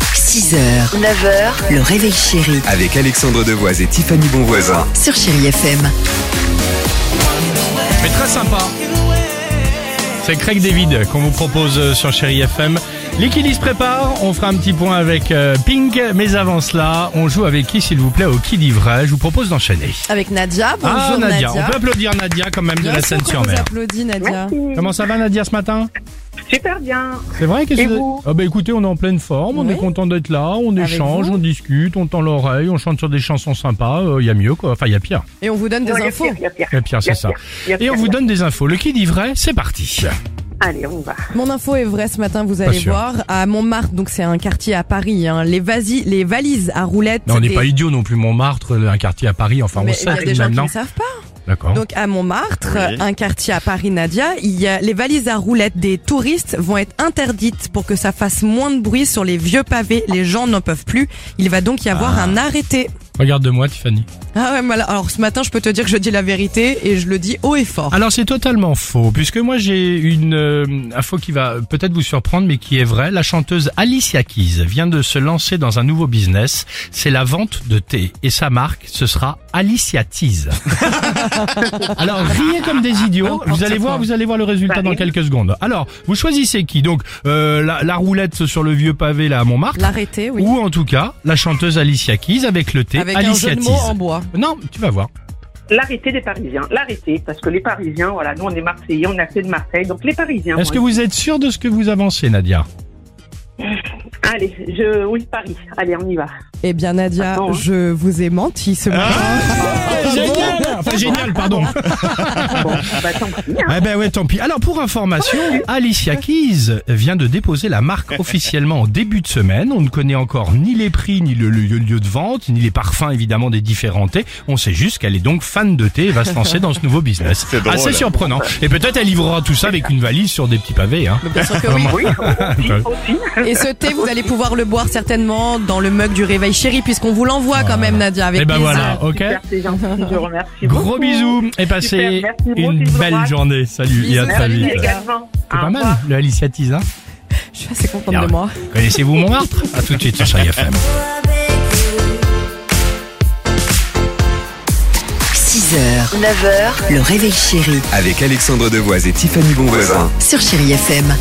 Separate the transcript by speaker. Speaker 1: 6h, 9h, le réveil chéri
Speaker 2: Avec Alexandre Devoise et Tiffany Bonvoisin.
Speaker 1: sur Chéri FM.
Speaker 3: mais très sympa. C'est Craig David qu'on vous propose euh, sur Chéri FM. L'équilibre se prépare, on fera un petit point avec euh, Pink, mais avant cela, on joue avec qui s'il vous plaît au qui dit vrai Je vous propose d'enchaîner.
Speaker 4: Avec Nadia. Bonjour
Speaker 3: ah Nadia. on peut applaudir Nadia quand même de la
Speaker 4: Bien sûr qu'on vous
Speaker 3: Seine-sur-Mer.
Speaker 4: applaudit, Nadia.
Speaker 3: Comment ça va Nadia ce matin
Speaker 5: Super bien.
Speaker 3: C'est vrai qu'est-ce
Speaker 5: Et
Speaker 3: que-
Speaker 5: vous
Speaker 3: Ah bah écoutez, on est en pleine forme, on
Speaker 4: Oui.
Speaker 3: est content d'être là, on
Speaker 4: Avec
Speaker 3: échange,
Speaker 4: vous.
Speaker 3: on discute, on tend l'oreille, on chante sur des chansons sympas, il y a mieux quoi, enfin il y a pire.
Speaker 4: Et on vous donne des
Speaker 5: Non, il y a
Speaker 4: infos.
Speaker 5: pire, il y a pire.
Speaker 3: Il y a pire,
Speaker 5: Il y
Speaker 3: c'est
Speaker 5: a
Speaker 3: ça.
Speaker 5: pire, il y a
Speaker 3: Et on
Speaker 5: pire,
Speaker 3: vous
Speaker 5: il y a
Speaker 3: donne des infos. Le qui dit vrai, c'est parti.
Speaker 5: pire. Allez, on va.
Speaker 4: Mon info est vraie ce matin, vous
Speaker 3: Pas
Speaker 4: allez
Speaker 3: sûr.
Speaker 4: voir. À Montmartre, donc c'est un quartier à Paris. hein, Les, vasi- les valises à roulettes.
Speaker 3: Non, on n'est
Speaker 4: des-
Speaker 3: pas idiot non plus. Montmartre, un quartier à Paris, enfin on
Speaker 4: Mais il y
Speaker 3: sait
Speaker 4: a des gens qui
Speaker 3: maintenant.
Speaker 4: ne savent pas.
Speaker 3: D'accord.
Speaker 4: Donc à Montmartre, un quartier à Paris, Nadia, il y a les valises à roulettes des touristes vont être interdites pour que ça fasse moins de bruit sur les vieux pavés. Les gens n'en peuvent plus. Il va donc y avoir
Speaker 3: Ah.
Speaker 4: un arrêté.
Speaker 3: Regarde-moi, Tiffany.
Speaker 4: Ah ouais, voilà. alors ce matin, je peux te dire que je dis la vérité et je le dis haut et fort.
Speaker 3: Alors c'est totalement faux, puisque moi j'ai une euh, info qui va peut-être vous surprendre, mais qui est vraie. La chanteuse Alicia Keys vient de se lancer dans un nouveau business. C'est la vente de thé. Et sa marque, ce sera Alicia Teas. Alors riez comme des idiots. Vous allez voir, vous allez voir le résultat dans quelques secondes. Alors vous choisissez qui Donc euh, la, la roulette sur le vieux pavé là à Montmartre.
Speaker 4: L'arrêté, oui.
Speaker 3: Ou en tout cas, la chanteuse Alicia Keys avec le thé.
Speaker 4: Avec un
Speaker 3: Alicia
Speaker 4: jeu de mots
Speaker 3: Keys.
Speaker 4: en bois.
Speaker 3: Non, tu vas voir.
Speaker 5: L'arrêté des Parisiens. L'arrêté, parce que les Parisiens, voilà, nous on est Marseillais, on est assez de Marseille, donc les Parisiens.
Speaker 3: Est-ce que
Speaker 5: moi,
Speaker 3: vous êtes sûr de ce que vous avancez, Nadia
Speaker 5: je- Allez, je. Oui, Paris. Allez, on y va.
Speaker 4: Eh bien Nadia,
Speaker 5: Attends, hein.
Speaker 4: je vous ai menti
Speaker 3: Ah.
Speaker 4: ce matin.
Speaker 3: Génial Enfin, génial, pardon.
Speaker 5: Bon, bah tant pis. hein.
Speaker 3: Eh ben ouais, tant pis. Alors, pour information, Alicia Keys vient de déposer la marque officiellement en début de semaine. On ne connaît encore ni les prix, ni le, le- le lieu de vente, ni les parfums, évidemment, des différents thés. On sait juste qu'elle est donc fan de thé et va se lancer dans ce nouveau business. Assez surprenant. Et peut-être elle livrera tout ça avec une valise sur des petits pavés. Hein.
Speaker 4: Bien sûr que oui.
Speaker 5: Oui, aussi, aussi.
Speaker 4: Et ce thé, vous allez pouvoir le boire certainement dans le mug du réveil chéri, puisqu'on vous l'envoie quand même, Nadia, avec
Speaker 3: Eh ben
Speaker 4: plaisir.
Speaker 3: voilà, ok
Speaker 5: Super, c'est gentil. Je vous remercie.
Speaker 3: Gros
Speaker 5: beaucoup.
Speaker 3: bisous et passez
Speaker 5: Super, merci,
Speaker 3: une
Speaker 5: merci,
Speaker 3: belle
Speaker 5: Laurent.
Speaker 3: journée. Salut et à
Speaker 4: Bisous,
Speaker 3: très
Speaker 4: salut,
Speaker 3: vite.
Speaker 4: les gars.
Speaker 5: Également.
Speaker 3: C'est
Speaker 5: Au
Speaker 3: pas mal,
Speaker 5: revoir.
Speaker 3: le Alicia Keys, hein
Speaker 4: Je suis assez contente
Speaker 3: Bien.
Speaker 4: de moi.
Speaker 3: Connaissez-vous Montmartre À tout de suite sur Chérie FM.
Speaker 1: 6h, 9h, le réveil chéri
Speaker 2: Avec Alexandre Devoise et Tiffany Bonvoisin.
Speaker 1: sur Chéri FM.